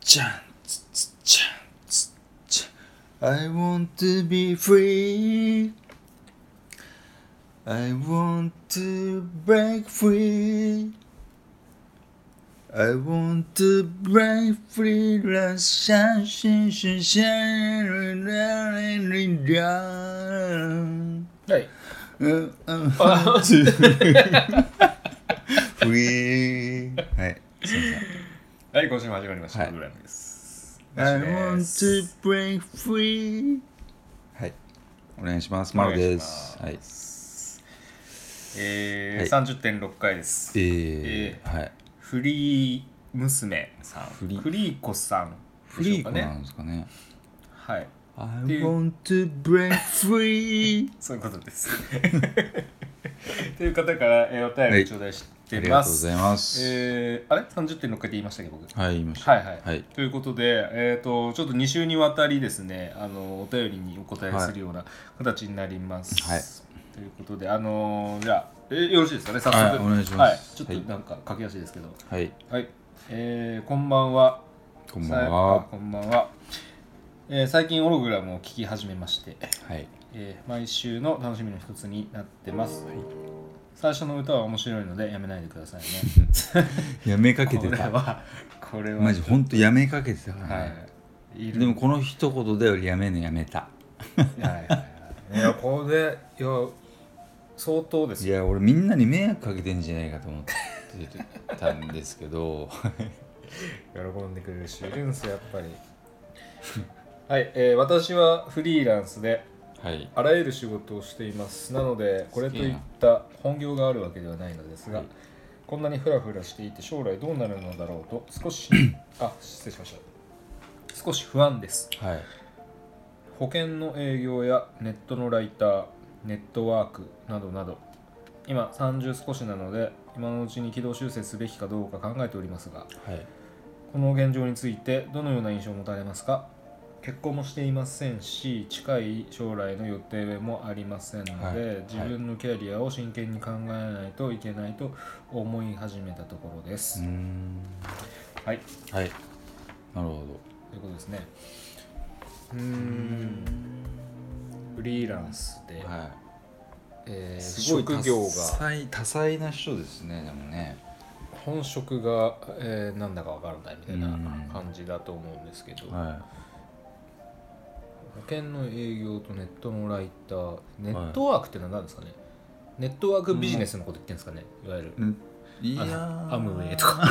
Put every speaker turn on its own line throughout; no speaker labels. ちゃんつつちゃんつちゃん I want to be free I want to break free I want to break free Let's shine shine shine shine Let it down
はい。
うんうん
あ
free はいすいません
はい、今週も始まりました。
はい
ブランです。
I
ナシで
want
す
to break free はいお願いしますマロです
お
は
願
い
いしますえー
は
30.6回です。
えー、はい
フリー娘さん。フ
リ
リ
ー
ーコさん
フ
でしょ
リー
う
コ
か
な
ね。
んですかね
はい。
I
ていう
want to break free
そういうことです。 という方から、えー、お便り頂戴し
あ
て
り
ま
がとうご
す。
ざいます、
えー、あれ ?30.6 回って言いましたっけ僕。
はい言いました
はいはい、
はい
ということで、えー、とちょっと2週にわたりですねあのお便りにお答えするような形になります。
はい
ということであのーじゃあえよろしいですかね早速、
はいお願いします
はいちょっとなんか駆け足ですけど、
はい
はいえーこんばんは。
こんばんは
さあこんばんは、えー最近オログラムを聞き始めまして、
はい
えー毎週の楽しみの一つになってます。最初の歌は面白いのでやめないでくださいね。
やめかけ
こ
て
れ
た
はこれは
マジほんとやめかけてたから、ね
はい。いる
でもこの一言でやめんのやめた
はいはいはい。いや、これで、いや、相当です
い
よ。
や俺みんなに迷惑かけてんじゃないかと思ってたんですけ ど
喜んでくれるし、いるんですよ、やっぱり。はい、えー私はフリーランスで、
はい
あらゆる仕事をしています。なので、これといった本業があるわけではないのですが、
はい
こんなにフラフラしていて、将来どうなるのだろうと、少し、あ、失礼しました。少し不安です。
はい
保険の営業やネットのライターネットワークなどなど今30少しなので今のうちに軌道修正すべきかどうか考えておりますが
はい
この現状についてどのような印象を持たれますか結婚もしていませんし近い将来の予定もありませんので、
はいはい
自分のキャリアを真剣に考えないといけないと思い始めたところで
う
す、
ーん
はい
はいなるほ
ということですねうーんフリーランスで、
どはい
えー
すごい
職業
多
が
彩多彩な人ですねでもね
本職が、えーなんだかわからないみたいな
うん
感じだと思うんですけど、保
は
険の営業とネットのライターネットワークってのは何ですかね、ネットワークビジネスのこと言ってんですかね、いわゆる
いいや
あ
ー
のアムウェイとか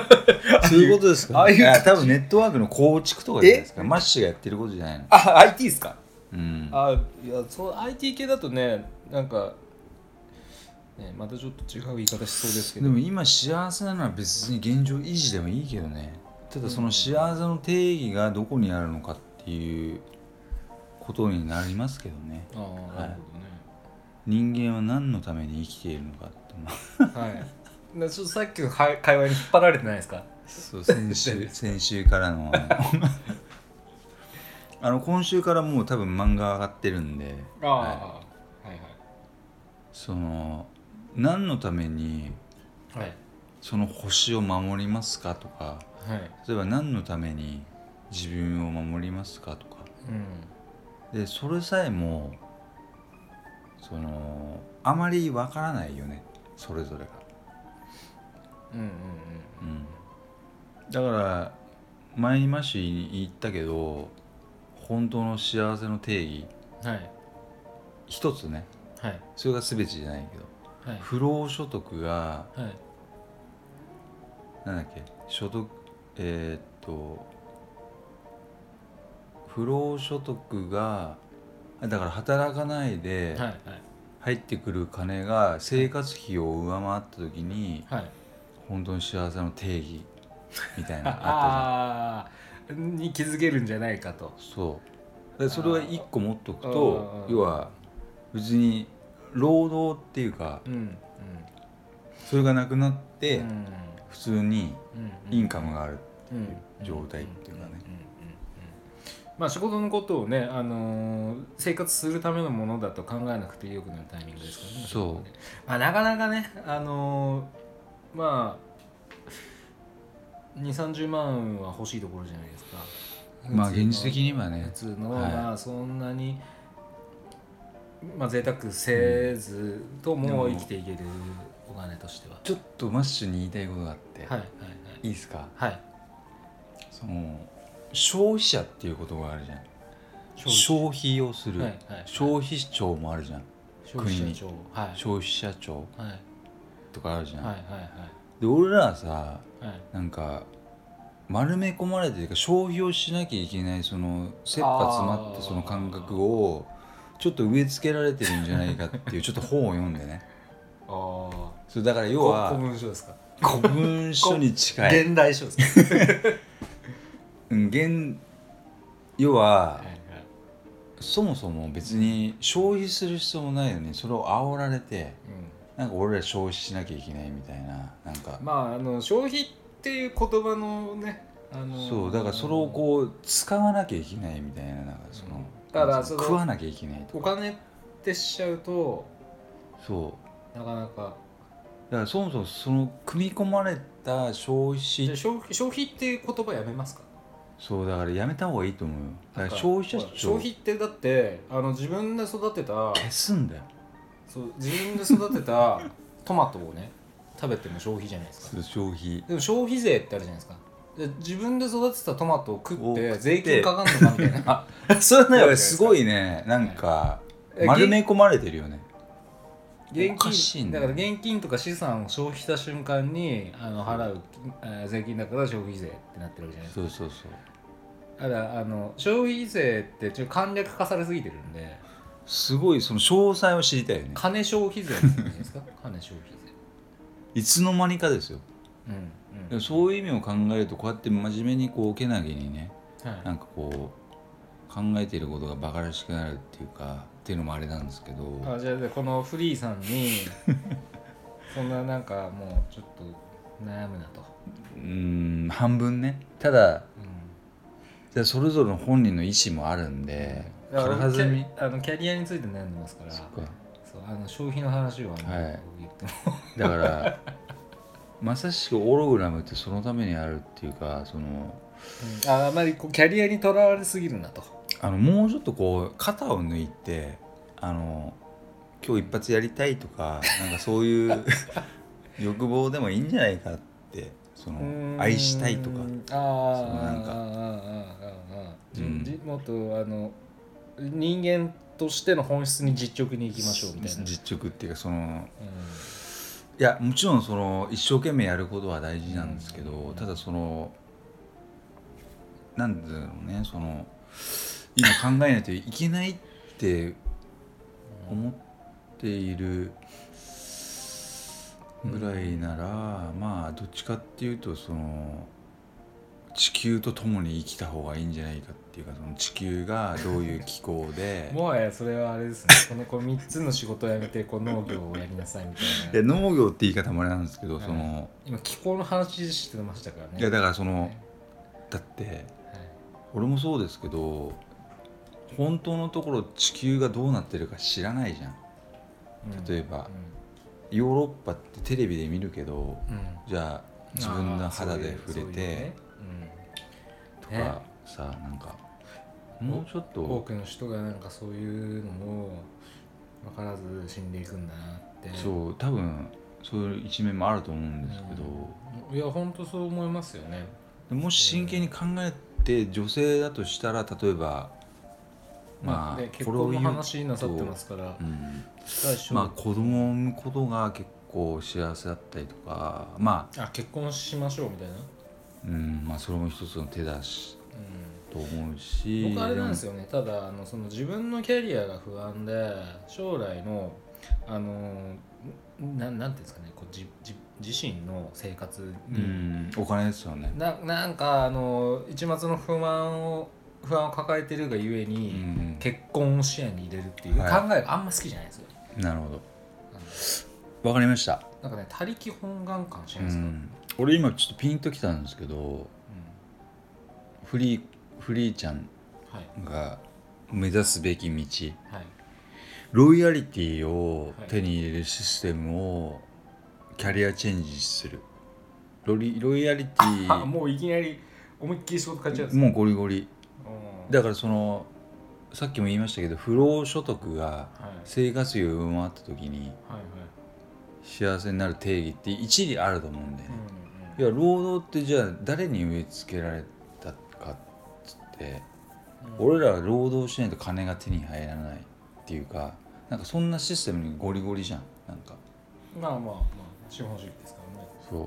そういうことです
あ
か、
あいう
いや多分ネットワークの構築とかじゃないですかマッシュがやってることじゃないの
あ IT ですか
うん
あいやそう IT 系だとねなんか、ね、またちょっと違う言い方しそうですけ
で
ど
も今幸せなのは別に現状維持でもいいけどねただその幸せの定義がどこにあるのかっていうことになりますけどね
ああなる
人間は何のために生きているのかってまあ
ほどねはい なちょっとさっきの会会話に引っ張られてないですか
そう先週先週からの あの今週からもう多分漫画上がってるんではい
あはい
その何のために
はいはい
その星を守りますかとか
はい。
例えば何のために自分を守りますかとか
うん。
でそれさえもそのあまりわからないよねそれぞれが、
うんうん
うん、だから前にマッシュに言ったけど本当の幸せの定義
うん。はい。
一つね
はい。
それが全てじゃないけど
はい。
不労所得が
はい。
なんだっけ所得えーっと不労所得があだから働かないで
はい。
入ってくる金が生活費を上回った時に
はい。
本当に幸せの定義みたいなの あっ
ああ。に気づけるんじゃないかと。
たじゃんそうでそれは一個持っとくと
あー
要は別に労働っていうか
うん。うん。
それがなくなっ
う
て
ん。
普通に
うん。
インカムがある
うん。
状態っていうかね
んんんん。まあ仕事のことをね、あのー生活するためのものだと考えなくてよくなるタイミングですからね。
そう
う。まあなかなかね、あのーまあ2三3 0万は欲しいところじゃないですか
まあ現実的に
に
は
普
ね
通の、
はい
まあそんなにまあ贅沢せずとも生きていけるお金としては、
ちょっとマッシュに言いたいことがあって、
はいはい
い、いですか
はいはい
その消費者っていう言葉があるじゃん消
消
費をする、
はいはい
消費庁もあるじゃん
消費者庁はい
消費者庁
はい
とかあるじゃん、
はいはい
で俺らはさ
はいはい
なんか丸め込まれてるか消費をしなきゃいけないその切羽詰まっ
あー
たその感覚をちょっと植え付けられてるんじゃないかっていう ちょっと本を読んでね
ああ
それだから要
古
は
文書ですか、
古文書に近い
現代書ですか
うん現要は
はいはい
そもそも別に消費する必要もないのにそれを煽られてなんか俺ら消費しなきゃいけないみたいななんか
うん、まああの消費っていう言葉のねあの
そうだからそれをこう使わなきゃいけないみたいななんかその、
うんただその
食わなきゃいけないと
お
か
金ってしちゃうと
そう
なかなか
だからそもそもその組み込まれた消
じゃあ
費
消費消費っていう言葉やめますか
そうだからやめた方がいいと思うよだ
なん
か
から
消費者
ほら
庁
消費ってだってあの自分で育てた
消すんだよ
そう自分で育てた トマトをね食べても消費じゃないですか
消 費
でも消費税ってあるじゃないですかで自分で育てたトマトを食
お
っ
食って
て税金かかんのかみ たいな
そういうのはすごいねなんか
え
丸め込まれてるよね
現
おかしい
金
んだ
だ
よ
から現金とか資産を消費した瞬間にあの払う、えー税金だから消費税ってなってるわけじゃないです
そうそうそう
かただあの消費税ってちょっと簡略化されすぎてるんです
ごいその詳細を知りたいよね
金消費税って言うんじゃない ですか金消費税
いつの間にかですよ
うん
でもそういう意味を考えるとこうやって真面目にこうけなげにね
はい
なんかこう考えていることがバカらしくなるっていうかっていうのもあれなんですけど
あじゃあじゃあこのフリーさん にそんななんかもうちょっと悩むなと、
うーん半分ねただ
う
じゃあそれぞれの本人の意思もあるんで
ん、だから
軽はずみ
キャあのキャリアについて悩んでますから
そっか
そうあの消費の話はあの、
はい
言っても
だからまさしくオログラムってそのためにあるっていうかその
うんああまりこうキャリアにとらわれすぎるなと
あのもうちょっとこう肩を抜いてあの今日一発やりたいとかなんかそういう 欲望でもいいんじゃないかってその愛したいとか
うーん
そのなんか
あーあーあーあーあーあーじ
うん
じもっとあの人間としての本質に実直にいきましょうみたいな、
実直っていうかその
うん
いやもちろんその一生懸命やることは大事なんですけど、
うん
ただそのなんだろうねその今考えないといけないって思っているぐらいなら、まあどっちかっていうとその地球と共に生きた方がいいんじゃないかっていうかその地球がどういう気候で。
もはやそれはあれですねこのこう3つの仕事をやめてこう農業をやりなさいみ
い
た
や
いな
農業って言い方もあれなんですけど、その
今気候の話してましたからね
いやだからそ
は
の
い
だって
はい
俺もそうですけど本当のところ地球がどうなってるか知らないじゃん
うん
例えばヨーロッパってテレビで見るけど
うんうん
じゃあ自分の肌で触れ
あーそういう
て
そういうね
と
そういうね
かさなんかもうちょっ
うん多
と
くの人がなんかそういうのも分からず死んでいくんだなって
そう多分そういう一面もあると思うんですけど
うんいや本当そう思いますよね
でもし真剣に考えて女性だとしたら例えばま
ね
あ
結
これを
婚
言
の
う
話なさってますから
うん
最初
まあ子供を産むことが結構幸せだったりとかまあ
あ結婚しましょうみたいな
うんまあ、それも一つの手だし
うん
と思うし
僕あれなんですよねただあのその自分のキャリアが不安で将来のあのななんていうんですかねこうじじ自身の生活
でもう
に、
んお金ですよね、
ななんかあの一抹の不満を不安を抱えてるがゆえ
う
に、
ん、
結婚を視野に入れるっていう考え
は
があんま好きじゃないんですよ、
なるほどわかりました、
なんかね他力本願感し
う
ないですか、うん
ん、俺今ちょっとピンときたんですけどフリーフリーちゃん
はい
が目指すべき道
はい
ロイヤリティを手に入れるシステムをキャリアチェンジする、ロリロイヤリテ
あ
ィ
もういきなり思いっきり仕事変えちゃうんです
もうゴリゴリ
うん
だからそのさっきも言いましたけど不労所得が
はい
生活費を上回った時に
はいはい
幸せになる定義って一理あると思うんだよ
う
ね、
んうん
いや労働ってじゃあ誰に植え付けられたかっつって俺らは労働しないと金が手に入らないっていうかなんかそんなシステムにゴリゴリじゃんなんか
まあまあまあ資本主義ですからね
そう
は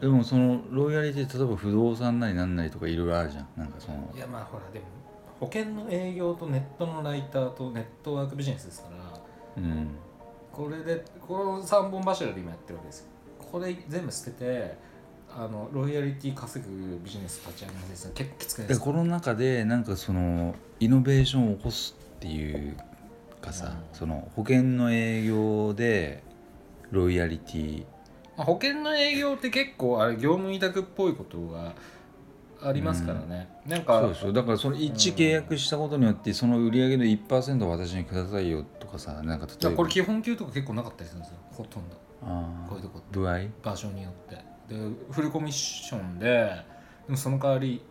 い
でもそのロイヤリティ例えば不動産なりなんなりとかいろいろあるじゃんなんかその
いやまあほらでも保険の営業とネットのライターとネットワークビジネスですから
うん
これでこの3本柱で今やってるわけですよこれ全部捨ててあのロイヤリティ稼ぐビジネス立ち上げますですね結構きつくない
で
で
す
か
この中でなんかそのイノベーションを起こすっていうかさ、
うん
その保険の営業でロイヤリティ
まあ保険の営業って結構あれ業務委託っぽいことがありますからね、なんか
そうでしょだからその一
うん
契約したことによってその売り上げの1%を私にくださいよとかさなんか
じ
例え
ゃあ
ば
これ基本給とか結構なかったりするんですよほとんど
あ
こういうとこ
度合い
場所によってでフルコミッションででもその代わり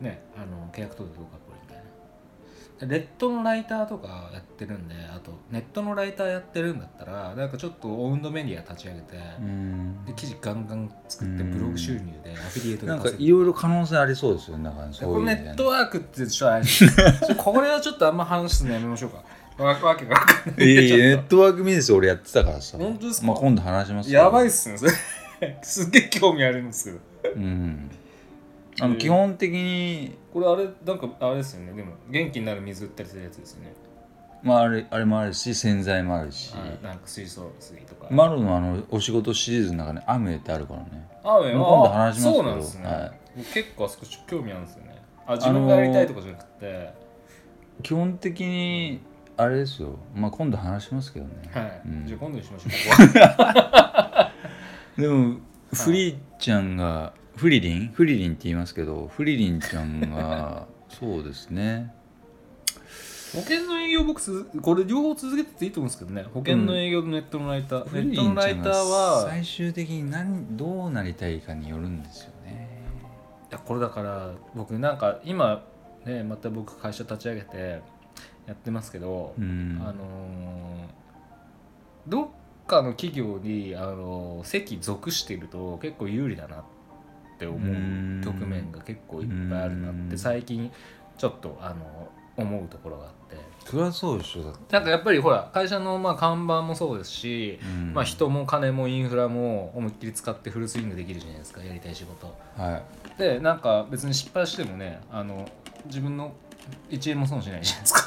ねあの契約取るとどうかこれみたいなでネットのライターとかやってるんであとネットのライターやってるんだったらなんかちょっとオウンドメディア立ち上げて、
うん
で記事ガンガン作ってブログ収入でアフィリエイトで
なんか
稼ぐ
いろいろ可能性ありそうですよねだから
で
そう
こ
いう
の
意
ネ
味で
ッ
ね
トワークってちょっと怪しいですねちょこれはちょっとあんま話すのやめましょうかわわけがわかんない
いやいや
ち
ネ
ょっ
ットワークビジネス俺やってたからさ
本当ですか
まあ、今度話します
と
けど
やばいっすねそれすっげえ興味あるんですけど
うんあ
え
の
ー
基本的に、
これあれなんかあれですよねでも元気になる水売ったりするやつですよね、
まあ、あれあれもあるし洗剤もあるし、
はい、なんか水素水とか、
マロのあのお仕事シリーズの中にアムエってあるからね
ああ、え
今度話しますけど
そうなんですね、
は
僕結構あそこ興味あるんですよねあ自分がやりたいとかじゃなくて、
基本的にあれですよまあ今度話しますけどね、
はい、
うん
じゃあ今度にしましょうここは
でもフリーちゃんがフリリンフリリンって言いますけどフリリンちゃん がそうですね
保険の営業僕つこれ両方続けてていいと思うんですけどね保険の営業とネットのライター、
フ
ネ
リ
ット
リ
の
ンち
ラ
ゃ
イ
ん
ター
が
は
最終的に何どうなりたいかによるんですよね
いやこれだから僕なんか今ねまた僕会社立ち上げてやってますけど、
うん
あのーどっかの企業に、あのー席属してると結構有利だなって思
う
うん局面が結構いっぱいあるなって
うん
最近ちょっと、あのー思うところがあって
そりゃそうでしょだって
なんかやっぱりほら会社のまあ看板もそうですし、
うん
まあ、人も金もインフラも思いっきり使ってフルスイングできるじゃないですかやりたい仕事。
はい
でなんか別に失敗してもねあの自分の1円も損しないじゃないですか。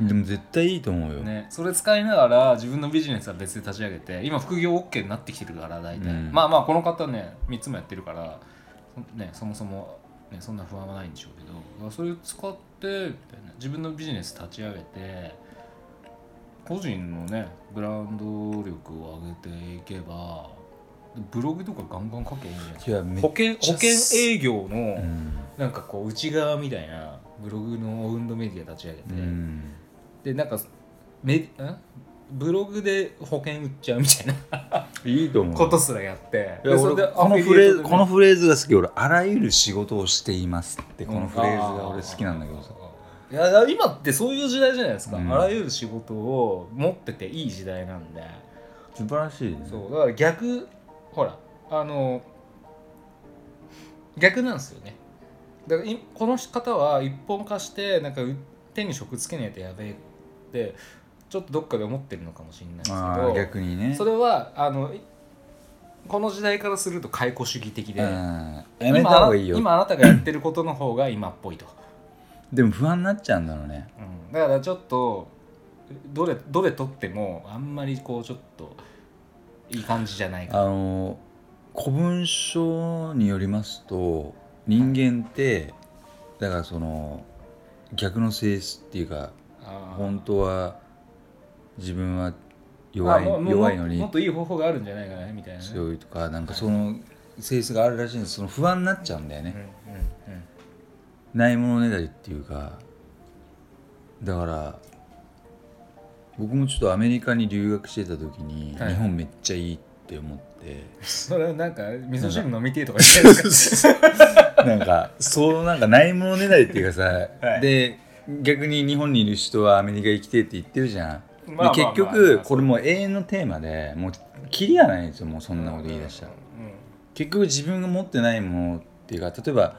でも絶対いいと思うよ、
ね、それ使いながら自分のビジネスは別で立ち上げて今副業 OK になってきてるから大体、
うん
まあまあこの方ね3つもやってるからそ,、ね、そもそも、ね、そんな不安はないんでしょうけどだからそれを使ってみたいな自分のビジネス立ち上げて個人のねブランド力を上げていけばブログとかガンガン書けばいいんじゃないです
い
か
やめ
保険保険営業
う
の
ん
なんかこう内側みたいなブログのオウンドメディア立ち上げて、
うん
でなんかメんブログで保険売っちゃうみたい
いいと思
な
う
ことすらやって、
いや
でそ
俺
れで
この
アフィ
フ
リエ
レー
イト
ズ
で
このフレーズが好き俺あらゆる仕事をしていますってこのフレーズが俺好きなんだけどさ、
いや今ってそういう時代じゃないですか、
うん
あらゆる仕事を持ってていい時代なんで
素晴らしいね
そうだから逆ほらあの逆なんですよねだからいこの方は一本化してなんかう手に職つけねえとやべえってちょっとどっかで思ってるのかもしれないですけ
あ
ど
ー逆にね
それはあのいこの時代からすると解雇主義的で、
うん、やめた方がいいよ
今あな今あなたがやってることの方が今っぽいと、
でも不安になっちゃうんだろうね
うん、だからちょっとどれどれ取ってもあんまりこうちょっといい感じじゃないか
あの古文書によりますと人間ってだからその逆の性質っていうか
あー
本当は自分は
まあ
弱い
もうもう
弱いのに
もっといい方法があるんじゃないかなみたいなね、
強いとかなんかその性質があるらしいんですその不安になっちゃうんだよ
うん
ね
うんうん
ないものねだりっていうかだから僕もちょっとアメリカに留学してた時に
はい
日本めっちゃいいって思って、って
それはなんか味噌汁飲みてえとか言ってるんですか
なんかそうなんかないものねだりっていうかさ、
はい
で逆に日本にいる人はアメリカ行きてえって言ってるじゃん、
まあまあまあ
で結局これもう永遠のテーマでもうキリがないんですよもうそんなこと言い出したら、結局自分が持ってないものっていうか例えば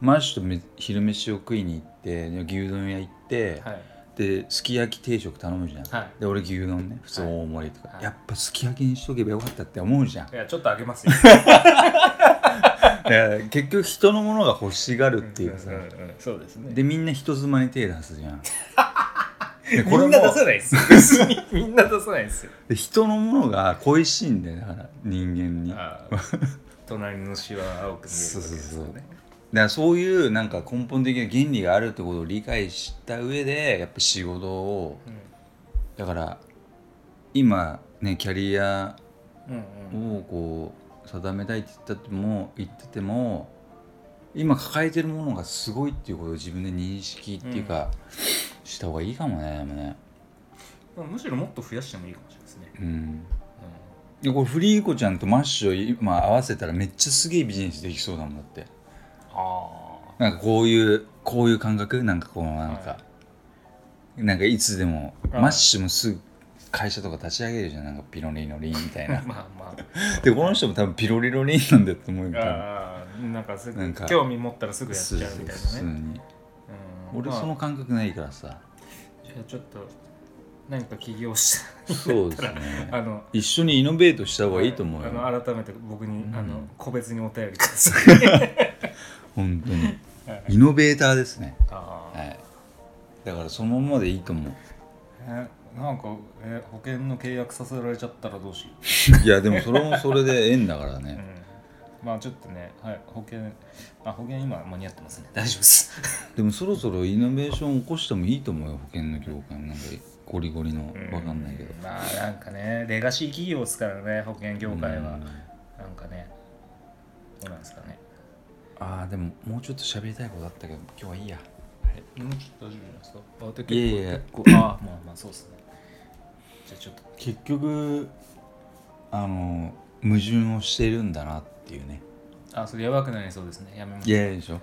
マッシュとめ昼飯を食いに行ってで牛丼屋行って、
うんはい
ですき焼き定食頼むじゃん、
は
で俺牛丼ね普通大盛りとか、
はい
やっぱすき焼きにしとけばよかったって思うじゃん
いいやちょっとあげま すよ
だから結局人のものが欲しがるっていうかさ、
んんんそうですね
でみんな人妻に手出すじ ゃんで
みんな出さないですよ 別にみんな出さないですよ
で人のものが恋しいんだよだから人間にだか
あー隣のシワは青く見えるわけですよ
そうそう
ね
らそういうなんか根本的な原理があるってことを理解した上でやっぱ仕事をだから今ねキャリア
うんうんうん
をこう定めたいって言ったっても言ってても今抱えてるものがすごいっていうことを自分で認識っていうか、した方がいいかもねでもね
まあむしろもっと増やしてもいいかもしれないですね
うんでこれフリーコちゃんとマッシュを今合わせたらめっちゃすげえビジネスできそうだもんだって
ああ
なんかこういうこういう感覚なんかこうなんか、
は
なんかいつでも、
はい
マッシュもすぐ会社とか立ち上げるじゃんなんかピロリロリンみたいな
まあま
でこの人も多分ピロリロリンなんだと思うよ
あ、ああなんかすぐ
なんか
興味持ったらすぐやっち
そう
ゃ
そう
うみたい
普
な
通
ね。
に
うん
俺その
ま
感覚ないからさ
あじゃあちょっと何か起業し
そうですね
たあの
一緒にイノベートした方がいいと思うよ
あの改めて僕に、
うん
あの個別にお便りください。
本当に
はい
イノベーターですね
ああ
はいだからそのままでいいと思う
えなんかえ保険の契約させられちゃったらどうしよ
いやでもそれもそれで縁だから
う。う
ね
ん、まあちょっとねはい保険あ保険今間に合ってますね 大丈夫です。
でもそろそろイノベーション起こしてもいいと思うよ保険の業界もなんかゴリゴリのわかんないけど
うまあなんかねレガシー企業ですからね保険業界は、
うん
なんかねどうなんですかね。
ああでももうちょっと喋りたいことあったけど今日はいいや
もうちょっと大丈夫じゃないですかあで結構
いやいやいや
結構あまあまあそうですねじゃあちょっと
結局あの矛盾をしてるんだなっていうね
あそれやばくなりそうですねやめます
いやいやでし ょ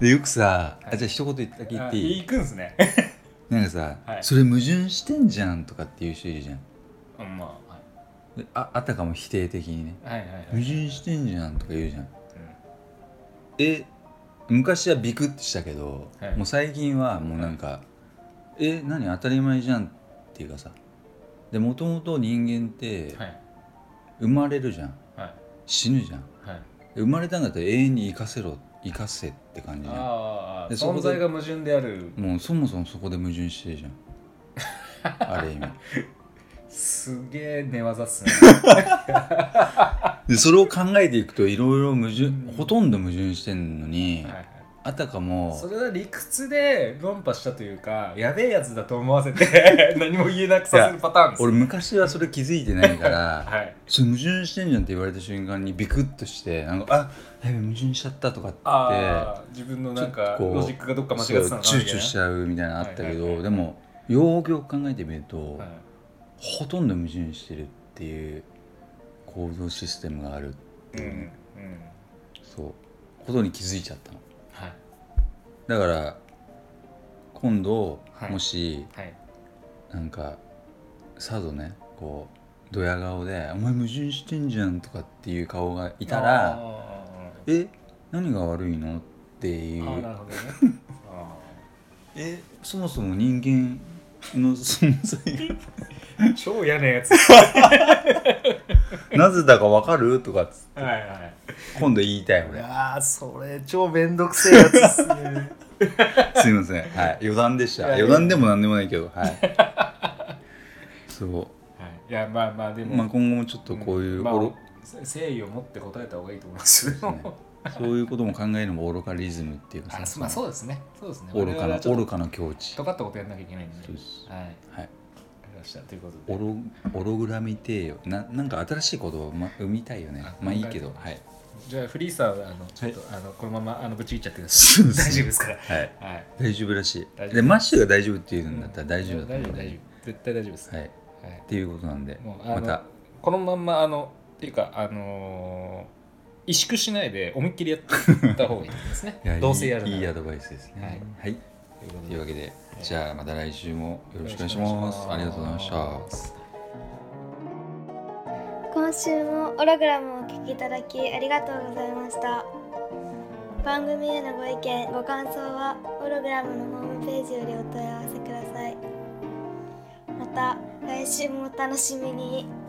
でよくさ、あじゃあ一言言ったき言
あ
っていい
行くんすね
なんかさ、
はい
それ矛盾してんじゃんとかっていう人いるじゃん
うんまあ、は
でああたかも否定的にね
い、はいはいはい
矛盾してんじゃんとか言うじゃん
う
え昔はビクッとしたけど、
はい
もう最近はもうなんか、え何当たり前じゃんっていうかさでもともと人間って
んはい
生まれるじゃん
はい
死ぬじゃん
はい
生まれたんだったら永遠に生かせろ生かせって感じじゃん
ああ
でそこで
存在が矛盾である
もうそもそもそこで矛盾してる じゃんある意味
すげえ寝技っ すね
でそれを考えていくといろいろ矛盾、
うん
ほとんど矛盾してんのに、
はいはい
あたかも
それは理屈で論破したというかやべえやつだと思わせ て何も言えなくさせるパターンです
俺昔はそれ気づいてないから
はい
それ矛盾してんじゃんって言われた瞬間にビクッとしてなんかあやべ矛盾しちゃったとかって
ああ自分のなんか
ちょっとこう
ロジックがどっか間違っ
そう
てたのかな
躊躇しちゃうみたいなのあったけど、
はいはいはい
でもよーくよく考えてみると、
はい
ほとんど矛盾してるっていう行動システムがあるって
う
い
ん
うね、
うん
そうことに気づいちゃったの
はい
だから今度、
はい
もし
はい
なんかさぞねこうドヤ顔で「お前矛盾してんじゃん」とかっていう顔がいた
あ
ら
ー
「え何が悪いの?」ってい
あーな
う
るほ どねあ
えそもそも人間の存在 が
ー超嫌なやつは
なぜだかわかるとかつ
いはい
今度言いたい
い
俺
やーそれ超めんどくせえやつっすね
すいませんはい余談でした
いやいや
余談でもなんでもないけどはいそう
はいいやまあまあでも、
まあ今後もちょっとこういう、
んまあ
おろ
誠意を持って答えた方がいいと思いますよ
そうですねそういうことも考えるのも愚かリズムっていうか
あ
さ
そまあそうですねそうですね
愚かな
と
愚かな境地
尖ったことやんなきゃいけないんで
そうです
はいわか
はい
りましたということで
オロオログラミテーよななんか新しいことを、ま、生みたいよね
あ
まあいいけどはい、
じゃあフリーさんはあのちょっと、あのこのままあのぶちいっちゃってくださ
そ
いう
ですね
大丈夫ですから
はい、
はい
大丈夫らし
大
い
丈夫
でマッシュが大丈夫っていうんだったら大丈夫だと
大
思う
丈夫大丈夫絶対大丈夫です
はい
はい
っていうことなんで
もうあの
また
このまんまあのっていうかあのー萎縮しないで思いっきりやっていった方がいいですね
いや
どうせやる
いいいい
な
ア
ら
ドバイスですねはい、
ということ
とい
で
うわけでじゃあまた来週もよろしくお願いしますありがとうございました
今週もオログラムをお聞きいただきありがとうございました番組へのご意見ご感想はオログラムのホームページよりお問い合わせくださいまた来週もお楽しみに